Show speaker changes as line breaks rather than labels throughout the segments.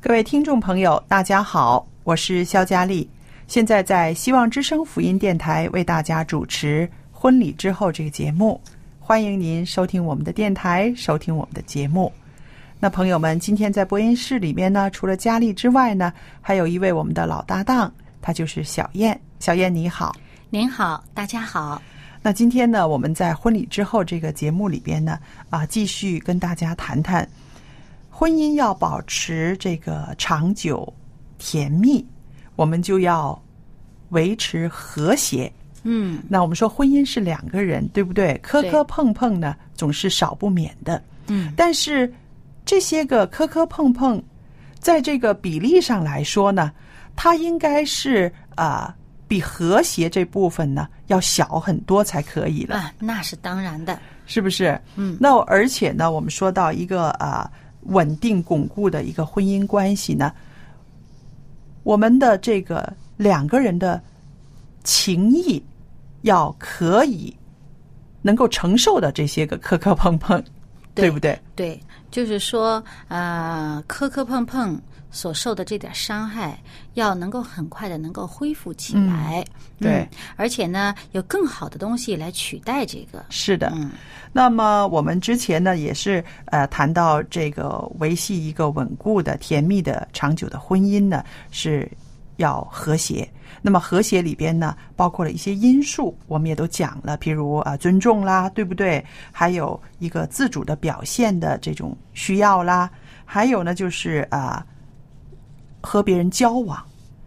各位听众朋友，大家好，我是肖佳丽，现在在希望之声福音电台为大家主持《婚礼之后》这个节目，欢迎您收听我们的电台，收听我们的节目。那朋友们，今天在播音室里面呢，除了佳丽之外呢，还有一位我们的老搭档，她就是小燕。小燕你好，
您好，大家好。
那今天呢，我们在婚礼之后这个节目里边呢，啊，继续跟大家谈谈，婚姻要保持这个长久甜蜜，我们就要维持和谐。
嗯，
那我们说婚姻是两个人，对不对？磕
对
磕碰碰呢，总是少不免的。
嗯，
但是这些个磕磕碰碰，在这个比例上来说呢，它应该是啊、呃比和谐这部分呢要小很多才可以了，
啊，那是当然的。
是不是？
嗯，
那而且呢，我们说到一个啊、呃稳定巩固的一个婚姻关系呢，我们的这个两个人的情谊要可以能够承受的这些个磕磕碰碰，
对
对不对？
对，就是说，呃，磕磕碰碰所受的这点伤害，要能够很快的能够恢复起来。嗯
对
而且呢，有更好的东西来取代这个。
是的，
嗯，
那么我们之前呢也是呃谈到这个维系一个稳固的、甜蜜的、长久的婚姻呢是要和谐。那么和谐里边呢包括了一些因素，我们也都讲了，譬如啊、呃尊重啦，对不对？还有一个自主的表现的这种需要啦，还有呢就是啊、和别人交往。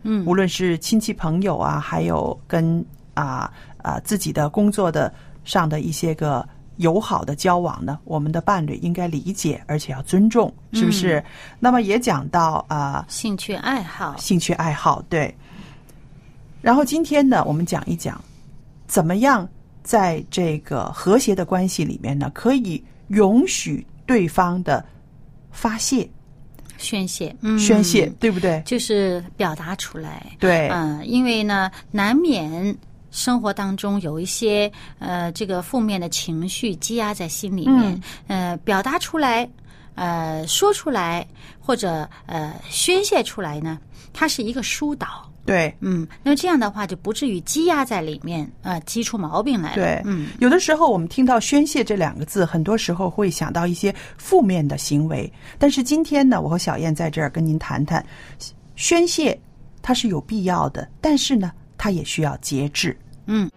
嗯
无论是亲戚朋友啊，还有跟啊啊自己的工作的上的一些个友好的交往呢，我们的伴侣应该理解，而且要尊重，是不
嗯
是？那么也讲到啊、
兴趣爱好，
兴趣爱好，对。然后今天呢，我们讲一讲怎么样在这个和谐的关系里面呢，可以允许对方的发泄、
宣泄，嗯，
宣泄，对不对？
就是表达出来。
对，
嗯、因为呢，难免生活当中有一些呃这个负面的情绪积压在心里面，
嗯
呃，表达出来，呃，说出来或者呃宣泄出来呢，它是一个疏导。
对。
嗯，那么这样的话就不至于积压在里面啊、呃积出毛病来了。
对
嗯，
有的时候我们听到“宣泄”这两个字，很多时候会想到一些负面的行为。但是今天呢，我和小燕在这儿跟您谈谈，宣泄它是有必要的，但是呢，它也需要节制。
嗯。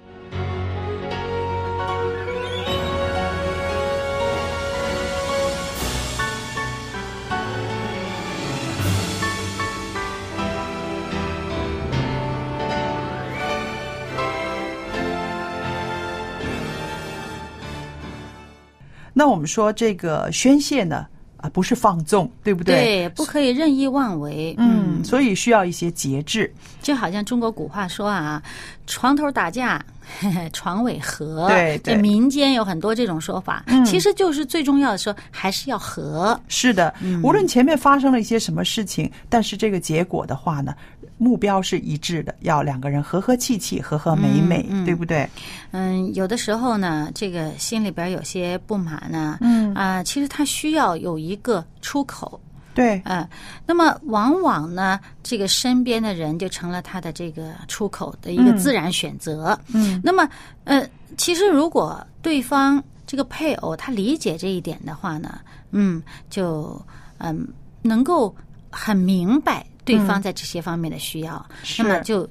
那我们说这个宣泄呢，啊、不是放纵，对不对？
对，不可以任意妄为。
嗯，所以需要一些节制。
就好像中国古话说啊，“床头打架， 嘿嘿，床尾和”
对对嗯
这民间有很多这种说法，其实就是最重要的说还是要和。
是的，无论前面发生了一些什么事情，但是这个结果的话呢，目标是一致的，要两个人和和气气、和和美美，对不对？
嗯，有的时候呢，这个心里边有些不满呢，嗯啊、其实他需要有一个出口。
对，
嗯，那么往往呢，这个身边的人就成了他的这个出口的一个自然选择。
嗯，
那么呃，其实如果对方这个配偶他理解这一点的话呢，嗯，就嗯能够很明白对方在这些方面的需要，
是
那么就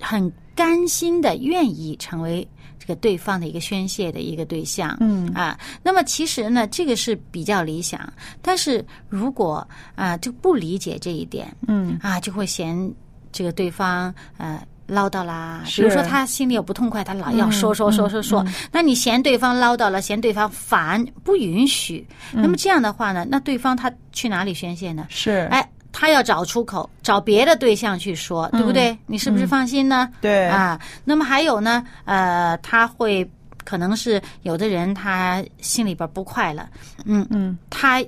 很甘心的愿意成为。这个对方的一个宣泄的一个对象，嗯啊，那么其实呢，这个是比较理想，但是如果啊就不理解这一点，
嗯
啊，就会嫌这个对方呃唠叨啦。比如
是嗯
说他心里有不痛快，他老要说说说说说，那你嫌对方唠叨了，嫌对方烦，不允许。
嗯
那么这样的话呢，那对方他去哪里宣泄呢？
是，
哎，他要找出口，找别的对象去说，对不对？你是不是放心呢？
嗯对，
啊，那么还有呢，呃，他会可能是有的人他心里边不快了，嗯
嗯，
他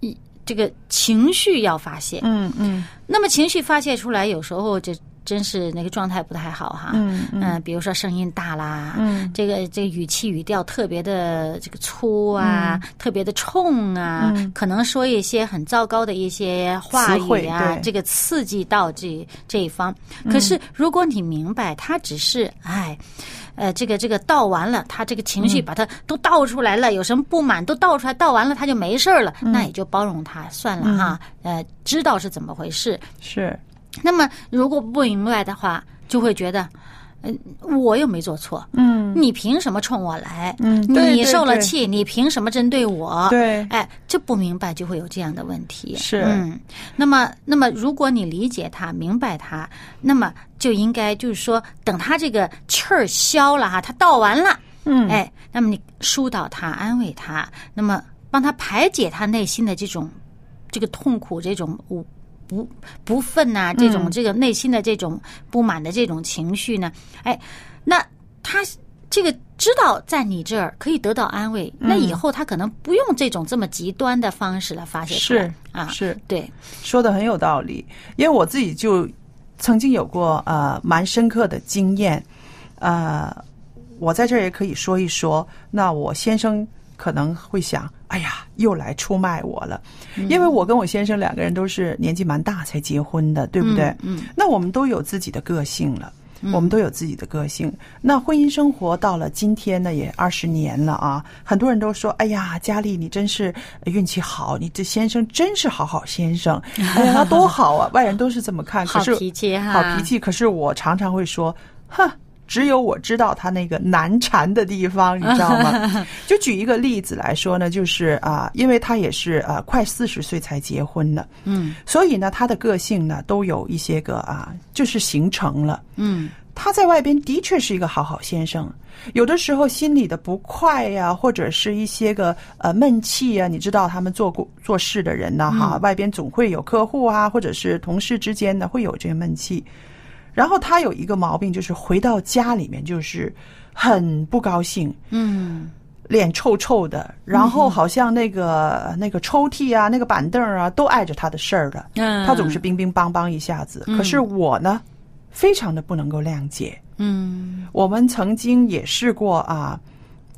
一这个情绪要发泄，
嗯嗯
那么情绪发泄出来，有时候这真是那个状态不太好哈。
嗯
嗯、比如说声音大啦，
嗯
这个这个语气语调特别的这个粗啊，特别的冲啊，
嗯
可能说一些很糟糕的一些话
词汇
语啊
对，嗯
这个刺激到这这一方。可是如果你明白，他只是哎。呃，这个这个倒完了，他这个情
嗯
绪把他都倒出来了，有什么不满都倒出来，倒完了他就没事儿了，
嗯
那也就包容他算了哈。呃，知道是怎么回事。
是，
那么如果不明白的话，就会觉得，嗯、我又没做错，
嗯
你凭什么冲我来？
嗯，对
你
对
受了
对
气，你凭什么针对我？
对，
哎，这不明白就会有这样的问题。
是
嗯，那么，那么如果你理解他、明白他，那么就应该就是说，等他这个气儿消了哈，他倒完了，
嗯
哎，那么你疏导他、安慰他，那么帮他排解他内心的这种这个痛苦、这种无不不忿
嗯
呐、这种这个内心的这种不满的这种情绪呢，哎，那他这个知道在你这儿可以得到安慰，
嗯
那以后他可能不用这种这么极端的方式来发泄出来
是
啊，
是，
对，
说的很有道理，因为我自己就曾经有过呃蛮深刻的经验，呃，我在这儿也可以说一说。那我先生可能会想，哎呀，又来出卖我了，
嗯
因为我跟我先生两个人都是年纪蛮大才结婚的，对不对？
嗯嗯
那我们都有自己的个性了。我们都有自己的个性。那婚姻生活到了今天呢，也二十年了啊。很多人都说：“哎呀，佳丽，你真是运气好，你这先生真是好好先生， 哎呀，他多好啊！”外人都是这么看，可
好
是
脾气哈，
好脾，气。可是我常常会说：“哼，只有我知道他那个难缠的地方，你知道 吗？”就举一个例子来说呢，就是啊，因为他也是啊，快四十岁才结婚的，
嗯
所以呢，他的个性呢都有一些个啊，就是形成了。
嗯
他在外边的确是一个好好先生，有的时候心里的不快呀、或者是一些个呃闷气呀、你知道他们做过做事的人呢、哈，外边总会有客户啊，或者是同事之间呢会有这个闷气。然后他有一个毛病，就是回到家里面就是很不高兴，
嗯，
脸臭臭的，然后好像那个那个抽屉啊、那个板凳啊都碍着他的事儿了。
嗯
他总是乒乒乓乓一下子，可是我呢，非常的不能够谅解。
嗯
我们曾经也试过啊，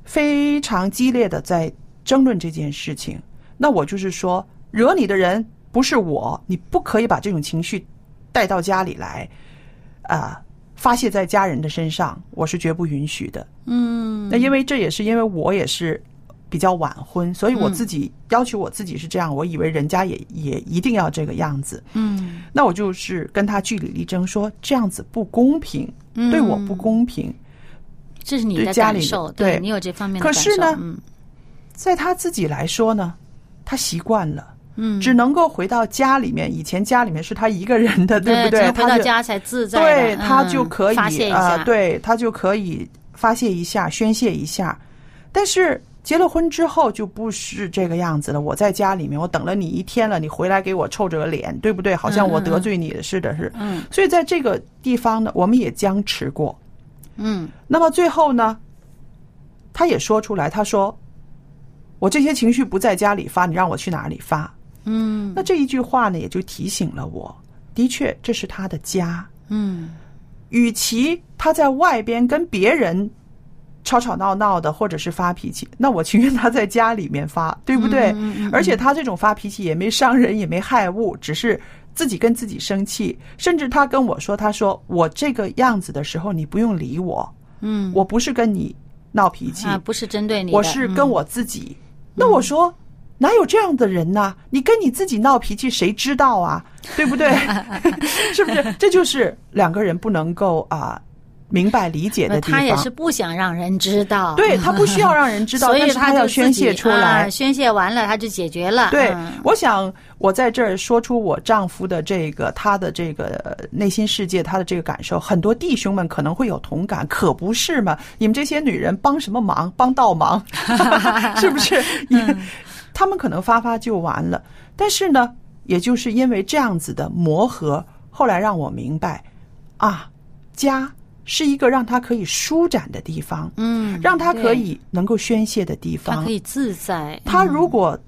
非常激烈的在争论这件事情。那我就是说，惹你的人不是我，你不可以把这种情绪带到家里来，啊、发泄在家人的身上，我是绝不允许的。
嗯
那因为这也是因为我也是比较晚婚，所以我自己要求我自己是这样，我以为人家也也一定要这个样子。
嗯
那我就是跟他据理力争说，这样子不公平，
嗯，
对我不公平。
这是你
对
的
家
感
里的
受，
对
你有这方面的
可
感受。
是呢
嗯
在他自己来说呢，他习惯了，
嗯，
只能够回到家里面。以前家里面是他一个人的，对不
只有
对？
回到
他就
家才自在地，
对他
嗯
就可以
发泄一
啊、
下，
呃对他就可以发泄一下、宣泄一下。但是结了婚之后就不是这个样子了。我在家里面，我等了你一天了，你回来给我臭着个脸，对不对？好像我得罪你似的，是。
嗯
所以在这个地方呢，我们也僵持过。
嗯
那么最后呢，他也说出来，他说：“我这些情绪不在家里发，你让我去哪里发？”
嗯
那这一句话呢，也就提醒了我，的确这是他的家。
嗯
与其他在外边跟别人吵吵闹闹的，或者是发脾气，那我情愿他在家里面发，对不对？
嗯嗯嗯嗯
而且他这种发脾气也没伤人，也没害物，只是自己跟自己生气。甚至他跟我说：“他说我这个样子的时候，你不用理我，
嗯，
我不是跟你闹脾气，
啊，不是针对你的，嗯
我是跟我自己。那我说。哪有这样的人呐？你跟你自己闹脾气，谁知道啊？对不对？是不是？这就是两个人不能够啊、明白理解
那
的地方。
呃他也是不想让人知道，
对他不需要让人知道，
所
但
以
是他
就
要
自
宣
己
泄出
啊
来。
宣泄完了他就解决了。
对，
嗯
我想我在这儿说出我丈夫的这个他的这个呃内心世界，他的这个感受，很多弟兄们可能会有同感，可不是嘛？你们这些女人帮什么忙？帮倒忙， 是不是？
嗯
他们可能发发就完了，但是呢，也就是因为这样子的磨合，后来让我明白，啊，家是一个让他可以舒展的地方，
嗯，
让他可
对
以能够宣泄的地
他
方
可。以自在。
他
嗯
如果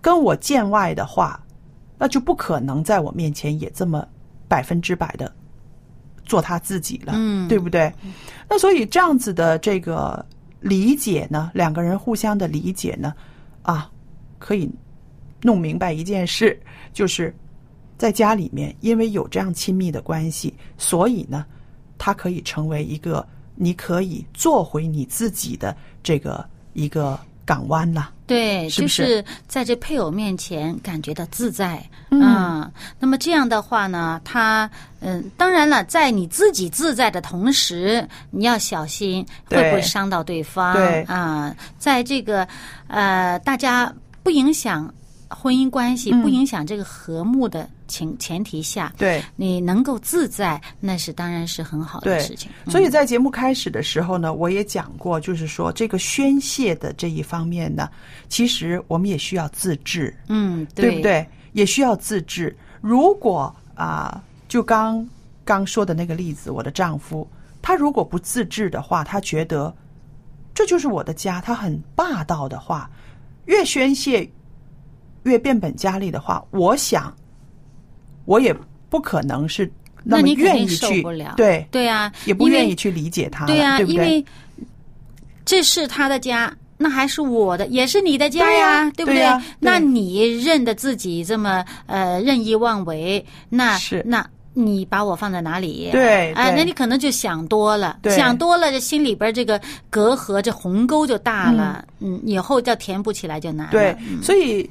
跟我见外的话，那就不可能在我面前也这么百分之百的做他自己了，
嗯
对不对？那所以这样子的这个理解呢，两个人互相的理解呢，啊，可以弄明白一件事，就是在家里面，因为有这样亲密的关系，所以呢，它可以成为一个你可以做回你自己的这个一个港湾了。
对，
是
就
不
是在这配偶面前感觉到自在，啊
嗯
那么这样的话呢，他嗯，当然了，在你自己自在的同时，你要小心会
对
不会伤到对方，
对
啊、在这个呃，大家不影响婚姻关系，不影响这个和睦的情前提下，
嗯对，
你能够自在，那是当然是很好的
对
事情，嗯
所以在节目开始的时候呢，我也讲过，就是说这个宣泄的这一方面呢，其实我们也需要自制，
嗯，
对不？对？也需要自制。如果啊、就刚刚说的那个例子，我的丈夫，他如果不自制的话，他觉得这就是我的家，他很霸道的话，越宣泄越变本加厉的话，我想我也不可能是
那
么
你肯定
愿意
受
去
不了
对。
对啊，
也不
因为
愿意去理解他了，
对呀、
对不
因
对？
为这是他的家，那还是我的，也是你的家
对
呀，
呀
对不
对呀对
那你认得自己这么呃任意妄为，那
是
那。你把我放在哪里？
对
哎、
对
那你可能就想多了，
对
想多了，这心里边这个隔阂、这鸿沟就大了，嗯，以后要填补起来就难了。
对，所以。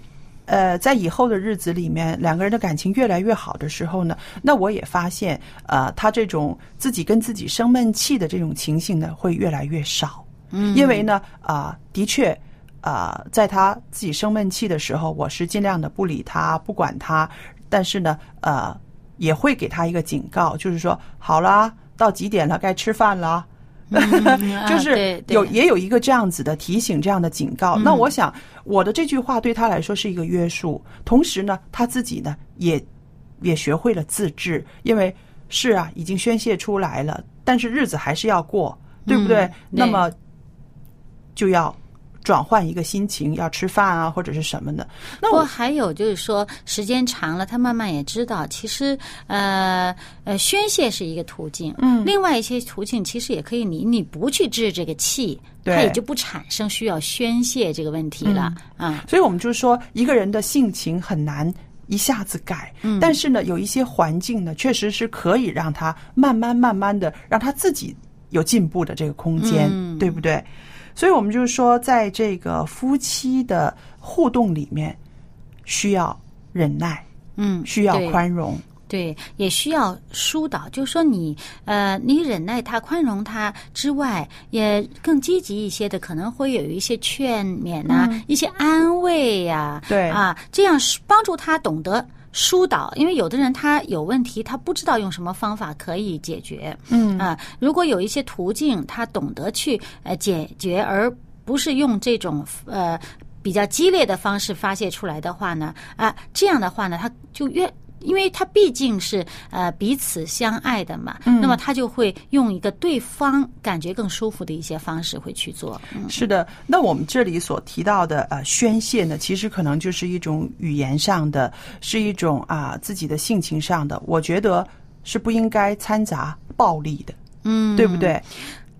呃，在以后的日子里面，两个人的感情越来越好的时候呢，那我也发现，呃，他这种自己跟自己生闷气的这种情形呢，会越来越少。
嗯，
因为呢，啊、的确，啊、在他自己生闷气的时候，我是尽量的不理他，不管他，但是呢，呃，也会给他一个警告，就是说，好啦，到几点了，该吃饭啦。
嗯
就
啊
是
对对
有也有一个这样子的提醒，这样的警告。那
嗯
我想，我的这句话对他来说是一个约束，同时呢，他自己呢也也学会了自制，因为是啊，已经宣泄出来了，但是日子还是要过，对不对？
嗯
那
对
么就要转换一个心情，要吃饭啊，或者是什么的。那
不过
我
还有就是说，时间长了，他慢慢也知道，其实呃呃，宣泄是一个途径，嗯，另外一些途径其实也可以你，你不去治这个气，
对嗯
它也就不产生需要宣泄这个问题了、啊。
所以我们就说，一个人的性情很难一下子改，但是呢，有一些环境呢，确实是可以让他慢慢慢慢的让他自己有进步的这个空间，对不对？所以我们就是说，在这个夫妻的互动里面，需要忍耐，
嗯，
需要
对
宽容，
对，也需要疏导。就是说你，呃，你忍耐他、宽容他之外，也更积极一些的，可能会有一些劝勉呐、一些安慰呀、
嗯对
啊，这样是帮助他懂得。疏导，因为有的人他有问题，他不知道用什么方法可以解决。嗯啊，如果有一些途径，他懂得去呃解决，而不是用这种呃比较激烈的方式发泄出来的话呢，啊，这样的话呢，他就越。因为他毕竟是呃彼此相爱的嘛，那么他就会用一个对方感觉更舒服的一些方式会去做。嗯
是的，那我们这里所提到的呃宣泄呢，其实可能就是一种语言上的，是一种啊、自己的性情上的，我觉得是不应该掺杂暴力的，
嗯，
对不对？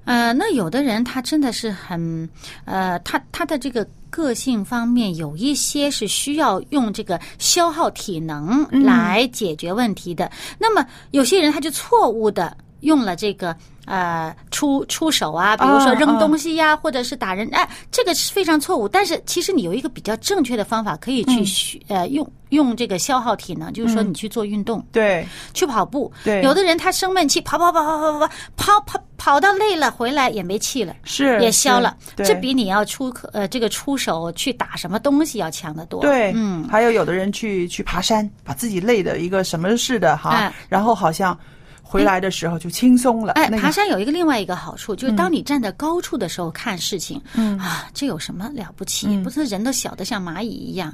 呃，那有的人他真的是很，呃，他他的这个个性方面有一些是需要用这个消耗体能来解决问题的。那么有些人他就错误的用了这个呃出出手啊，比如说
啊
扔
啊
东西呀、或者是打人，哎，这个是非常错误。但是其实你有一个比较正确的方法可以去学、呃用用这个消耗体能，就是说你去做运动。
对
去跑步。
对
有的人他生闷气，跑跑跑跑跑跑跑跑跑跑到累了，回来也没气了。
是
也消了
是，对
这比你要出呃这个出手去打什么东西要强得多。
对，
嗯，
还有有的人去去爬山，把自己累的一个什么似的哈，
哎
然后好像回来的时候就轻松了。
哎，
那个嗯
爬山有一个另外一个好处，就是当你站在高处的时候看事情，啊，这有什么了不起？
嗯
不是人都小的像蚂蚁一 样，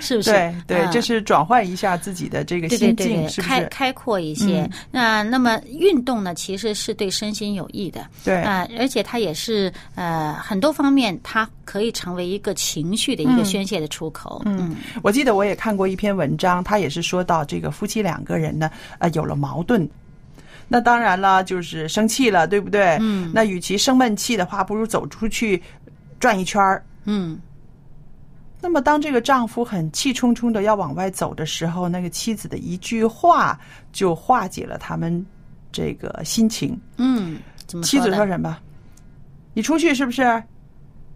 是不是？
对对，
嗯
这是转换一下自己的这个
对对
心
对
境，
对，
是不嗯
开
是？
开阔一些。那那么运动呢，其实是对身心有益的。
对
啊、而且它也是呃很多方面，它可以成为一个情绪的一个宣泄的出口。嗯，
我记得我也看过一篇文章，他也是说到这个夫妻两个人呢，呃，有了矛盾。那当然了，就是生气了，对不对？嗯。那与其生闷气的话，不如走出去转一圈儿。
嗯
那么，当这个丈夫很气冲冲的要往外走的时候，那个妻子的一句话就化解了他们这个心情。
嗯，怎么
妻
说
子说
呢？
什么？你出去是不是？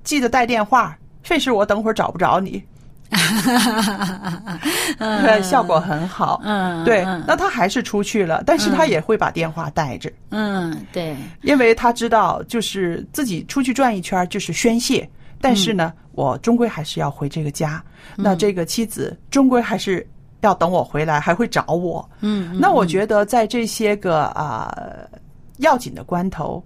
记得带电话，费事我等会儿找不 着你。呃，效果很好。
嗯
对，
嗯
那他还是出去了，但是他也会把电话带着，
嗯，对，
因为他知道就是自己出去转一圈儿就是宣泄，但是
嗯
呢，我终归还是要回这个家。那这个妻子终归还是要等我回来，还会找我。
嗯
那我觉得在这些个啊、呃要紧的关头，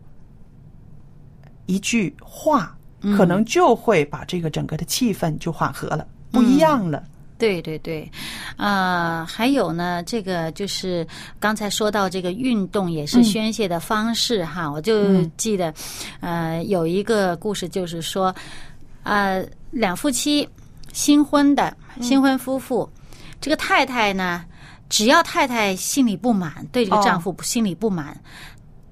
一句话可能就会把这个整个的气氛就缓和了，不一样了。
对对对，啊、还有呢，这个就是刚才说到这个运动也
嗯
是宣泄的方式哈，我就记得，呃，有一个故事就是说，呃，两夫妻新婚的
嗯
新婚夫妇，这个太太呢，只要太太心里不满，对这个
哦
丈夫不心里不满，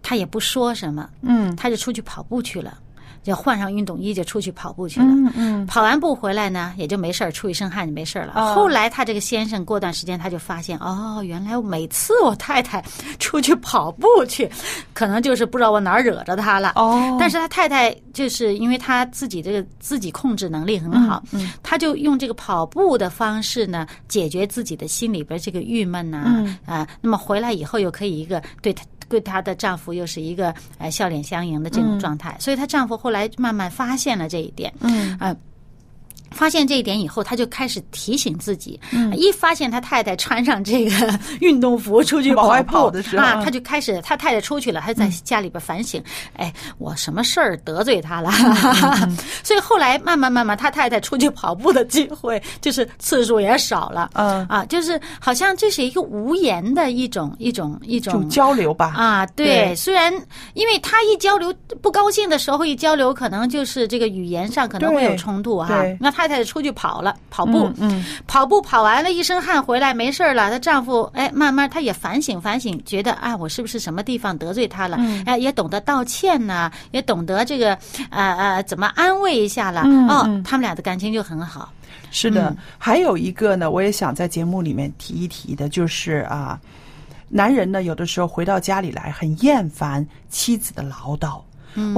她也不说什么，
嗯
她就出去跑步去了，就换上运动衣就出去跑步去了。
嗯嗯，
跑完步回来呢，也就没事儿，出一身汗就没事儿了。
啊
后来他这个先生过段时间他就发现，哦，原来每次我太太出去跑步去，可能就是不知道我哪儿惹着她了。
哦
但是他太太就是因为他自己这个自己控制能力很好，
嗯
他就用这个跑步的方式呢，解决自己的心里边这个郁闷呐、啊，
嗯
那么回来以后又可以一个对他。对她的丈夫又是一个呃笑脸相迎的这
嗯
种状态，所以她丈夫后来慢慢发现了这一点，嗯，呃，发现这一点以后，他就开始提醒自己，
嗯
啊一发现他太太穿上这个运动服出去
往外
步
跑的时候
啊
嗯，
他就开始他太太出去了，他在家里边反省，哎，我什么事儿得罪他了？ 所以后来慢慢慢慢，他太太出去跑步的机会就是次数也少了，
嗯
啊，就是好像这是一个无言的一种一种一
这种
种
交流吧。
啊，对，
对
虽然因为他一交流不高兴的时候一交流，可能就是这个语言上可能会
对
有冲突哈、
对
那太太出去跑了，跑步，
嗯
跑步跑完了一身汗回来没事儿了，她丈夫哎慢慢她也反省反省，觉得啊我是不是什么地方得罪她了？
嗯
哎也懂得道歉呐、也懂得这个呃呃怎么安慰一下了。
嗯
哦，他们俩的感情就很好。
是的，还有一个呢，我也想在节目里面提一提的，就是啊，男人呢有的时候回到家里来很厌烦妻子的唠叨，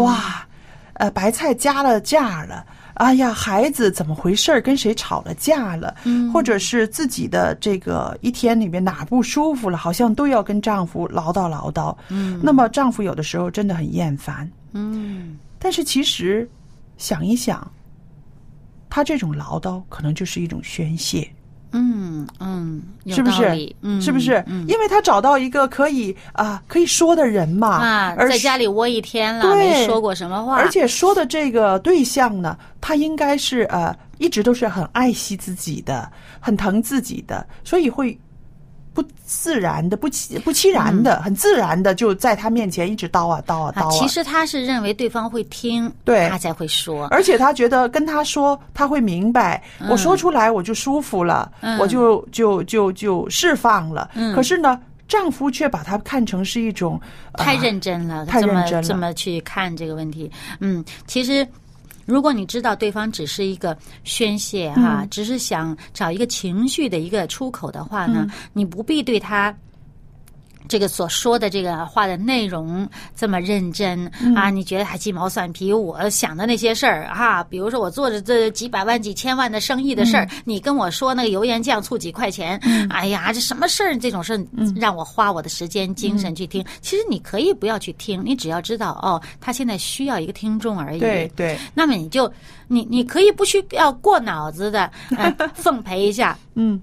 哇，呃，白菜加了价了。哎呀，孩子怎么回事儿？跟谁吵了架了？或者是自己的这个一天里面哪不舒服了，好像都要跟丈夫唠叨唠叨。嗯，那么丈夫有的时候真的很厌烦。
嗯
但是其实想一想，他这种唠叨可能就是一种宣泄。
嗯。嗯嗯，有
是不
道
是
理？嗯，
是不是？
嗯
因为他找到一个可以啊、可以说的人嘛，
啊，
而
在家里窝一天了，
对
没说过什么话，
而且说的这个对象呢，他应该是呃一直都是很爱惜自己的，很疼自己的，所以会不自然的、不期不期然的、很自然的就在他面前一直叨啊叨啊叨
嗯啊，
啊。
其实他是认为对方会听，
对啊
他才会说。
而且他觉得跟他说他会明白，我说出来我就舒服了，
嗯
我就就就就释放了。
嗯
可是呢，丈夫却把他看成是一种、呃
太认真了，
太认真了
这么这么去看这个问题。嗯，其实如果你知道对方只是一个宣泄哈、
嗯
只是想找一个情绪的一个出口的话
嗯
呢，你不必对他。这个所说的这个话的内容这么认真、啊，你觉得还鸡毛蒜皮？我想的那些事儿啊，比如说我做着这几百万、几千万的生意的事儿、你跟我说那个油盐酱醋几块钱，哎呀，这什么事儿？这种事儿让我花我的时间、精神去听、其实你可以不要去听，你只要知道哦，他现在需要一个听众而已。
对对，
那么你就你你可以不需要过脑子 的，呃、奉陪一下，
嗯，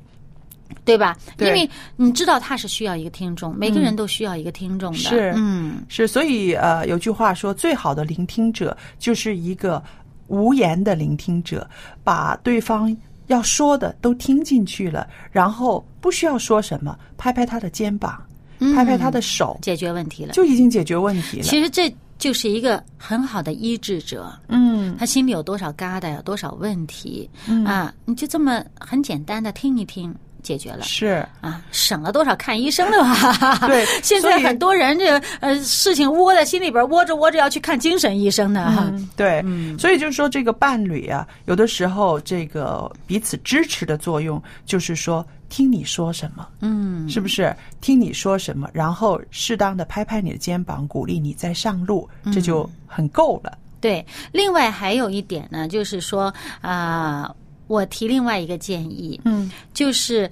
对吧？
对嗯
因为你知道他是需要一个听众，每个人都需要一个听众的。
是
嗯，
是，所以呃，有句话说，最好的聆听者就是一个无言的聆听者，把对方要说的都听进去了，然后不需要说什么，拍拍他的肩膀，
嗯
拍拍他的手，
解决问题了。
就已经解决问题了。
其实这就是一个很好的医治者，
嗯，
他心里有多少疙瘩，有多少问题、啊？你就这么很简单的听一听，解决了。
是，
啊，省了多少看医生的吧？
对
现
所
在
以
很多人这个呃事情窝在心里边，窝着窝着要去看精神医生呢。哈
嗯，对，所以就是说，这个伴侣啊，有的时候这个彼此支持的作用，就是说听你说什么，
嗯，
是不是？听你说什么，然后适当的拍拍你的肩膀，鼓励你再上路，
嗯
这就很够了。
对。另外还有一点呢，就是说啊、我提另外一个建议，
嗯，
就是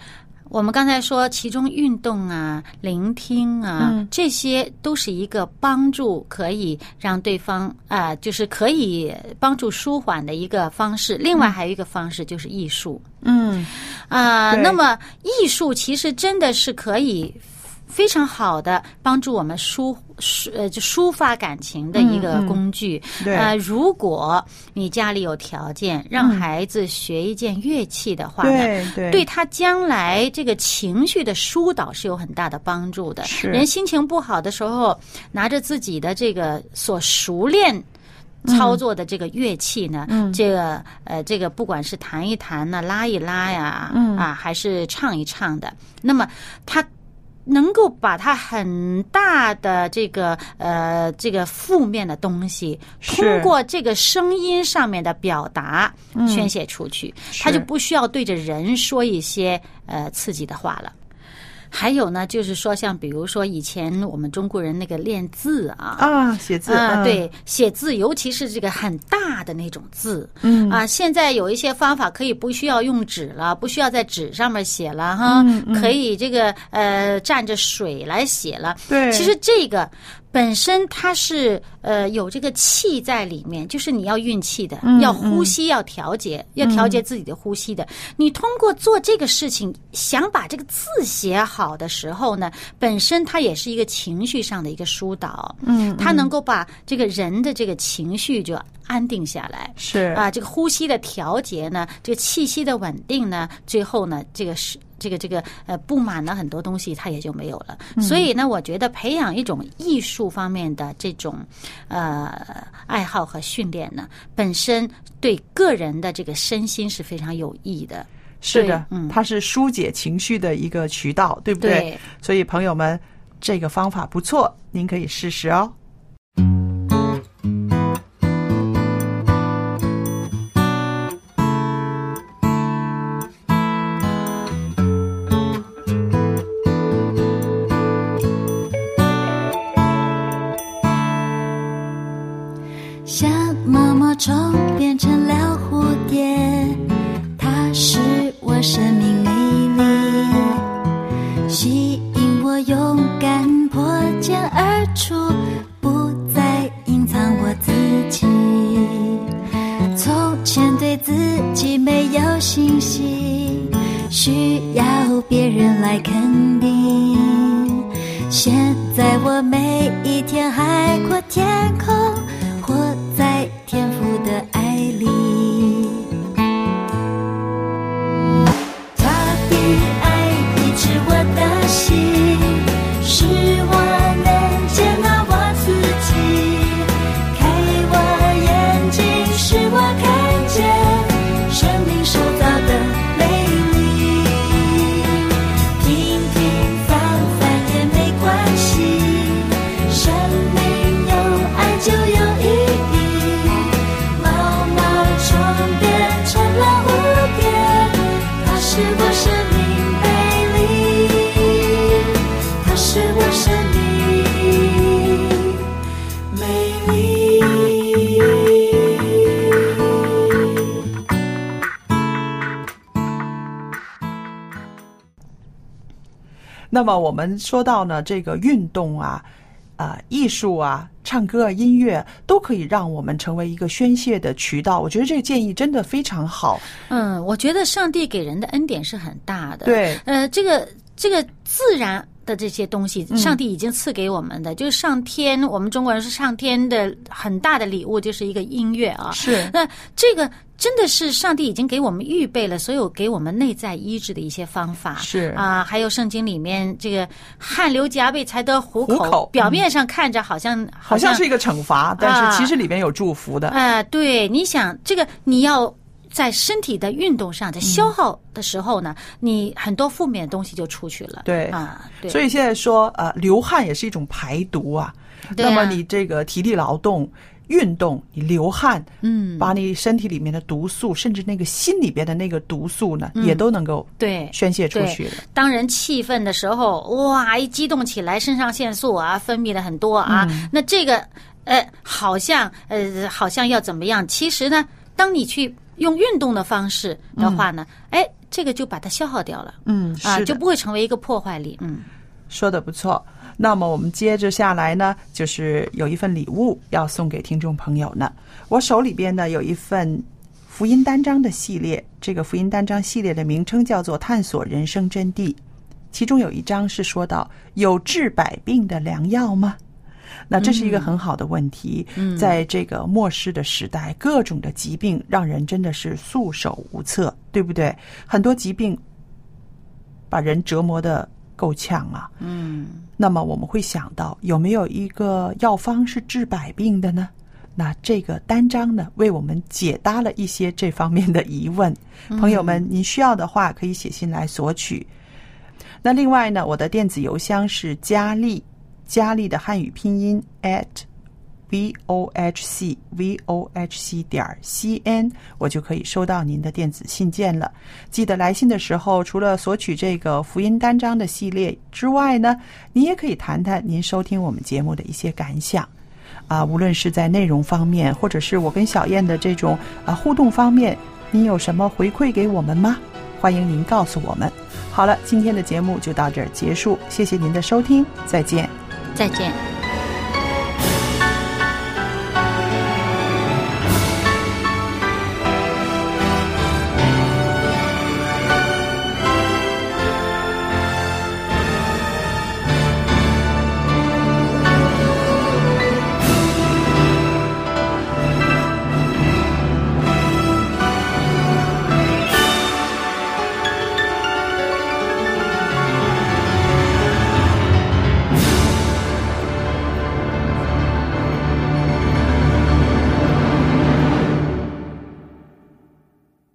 我们刚才说，其中运动啊、聆听啊，
嗯
这些都是一个帮助，可以让对方啊、就是可以帮助舒缓的一个方式。另外还有一个方式就是艺术。
嗯，
啊、
对
那么艺术其实真的是可以非常好的帮助我们抒抒呃就抒发感情的一个工具。
嗯对嗯
呃，如果你家里有条件，让孩子学一件乐器的话呢。
对对
对他将来这个情绪的疏导是有很大的帮助的。
是
人心情不好的时候，拿着自己的这个所熟练
嗯
操作的这个乐器呢，这个呃，这个不管是弹一弹呢、拉一拉呀，
嗯
啊，还是唱一唱的，那么他。能够把他很大的这个呃这个负面的东西，
是
通过这个声音上面的表达宣泄出去，他
嗯是
就不需要对着人说一些呃刺激的话了。还有呢，就是说像比如说以前我们中国人那个练字啊，
啊，写字
啊，
嗯
对，写字，尤其是这个很大的那种字，
嗯
啊，现在有一些方法可以不需要用纸了，不需要在纸上面写了哈，可以这个呃蘸着水来写了。
对，
其实这个本身它是呃有这个气在里面，就是你要运气的，要呼吸，要调节，要调节自己的呼吸的。你通过做这个事情，想把这个字写好的时候呢，本身它也是一个情绪上的一个疏导，嗯，它能够把这个人的这个情绪就安定下来。
是
啊，这个呼吸的调节呢，这个气息的稳定呢，最后呢，这个是这个这个呃布满了很多东西，它也就没有了。所以呢，我觉得培养一种艺术方面的这种呃爱好和训练呢，本身对个人的这个身心是非常有益的。
是的
对，嗯
它是疏解情绪的一个渠道，对不
对
所以朋友们，这个方法不错，您可以试试哦。
小毛毛虫变成了蝴蝶，它是我生命魅力，吸引我勇敢破茧而出，需要别人来肯定。现在我每一天海阔天空，活在天赋的爱里。他的爱医治我的心，使我能接纳我自己，开我眼睛，使我看见生命受造的美丽。平平凡凡也没关系，生命有爱就有意义。毛毛虫变成了蝴蝶，它是我生命美丽，它是我生命美丽。
那么我们说到呢，这个运动啊，啊、艺术啊，唱歌、啊，音乐都可以让我们成为一个宣泄的渠道。我觉得这个建议真的非常好。
嗯，我觉得上帝给人的恩典是很大的。，
对，
呃，这个这个自然。的这些东
嗯
西，上帝已经赐给我们的，就是上天。我们中国人是上天的很大的礼物，就是一个音乐啊。
是
那这个真的是上帝已经给我们预备了所有给我们内在医治的一些方法。
是
啊，还有圣经里面这个汗流浃背才得虎口，
虎口嗯
表面上看着好像
好像是一个惩罚，但
啊
是其实里边有祝福 的。
啊、对，你想这个你要。在身体的运动上，在消耗的时候呢，你很多负面的东西就出去了。
嗯对
啊，对，
所以现在说，呃，流汗也是一种排毒啊。
对
那
啊
么你这个体力劳动、运动，你流汗，
嗯，
把你身体里面的毒素，甚至那个心里边的那个毒素呢，
嗯
也都能够
对，
宣泄出
对
去的。
当人气愤的时候，哇，一激动起来，肾上腺素啊分泌了很多啊。
嗯
那这个呃，好像呃，好像要怎么样？其实呢，当你去用运动的方式的话呢，哎，这个就把它消耗掉了，
嗯，
啊，
是
就
的，
不会成为一个破坏力。嗯，
说的不错。那么我们接着下来呢，就是有一份礼物要送给听众朋友呢。我手里边呢有一份福音单章的系列，这个福音单章系列的名称叫做《探索人生真谛》，其中有一章是说到有治百病的良药吗？那这是一个很好的问题，在这个末世的时代，各种的疾病让人真的是束手无策，对不对？很多疾病把人折磨的够呛啊。嗯，那么我们会想到有没有一个药方是治百病的呢？那这个单章呢，为我们解答了一些这方面的疑问。朋友们，您需要的话，可以写信来索取。那另外呢，我的电子邮箱是佳丽，佳丽的汉语拼音 at v o h c v o h c 点 c n，我就可以收到您的电子信件了。记得来信的时候，除了索取这个福音单章的系列之外呢，您也可以谈谈您收听我们节目的一些感想。啊，无论是在内容方面，或者是我跟小燕的这种啊互动方面，您有什么回馈给我们吗？欢迎您告诉我们。好了，今天的节目就到这儿结束，谢谢您的收听，再见。
再见。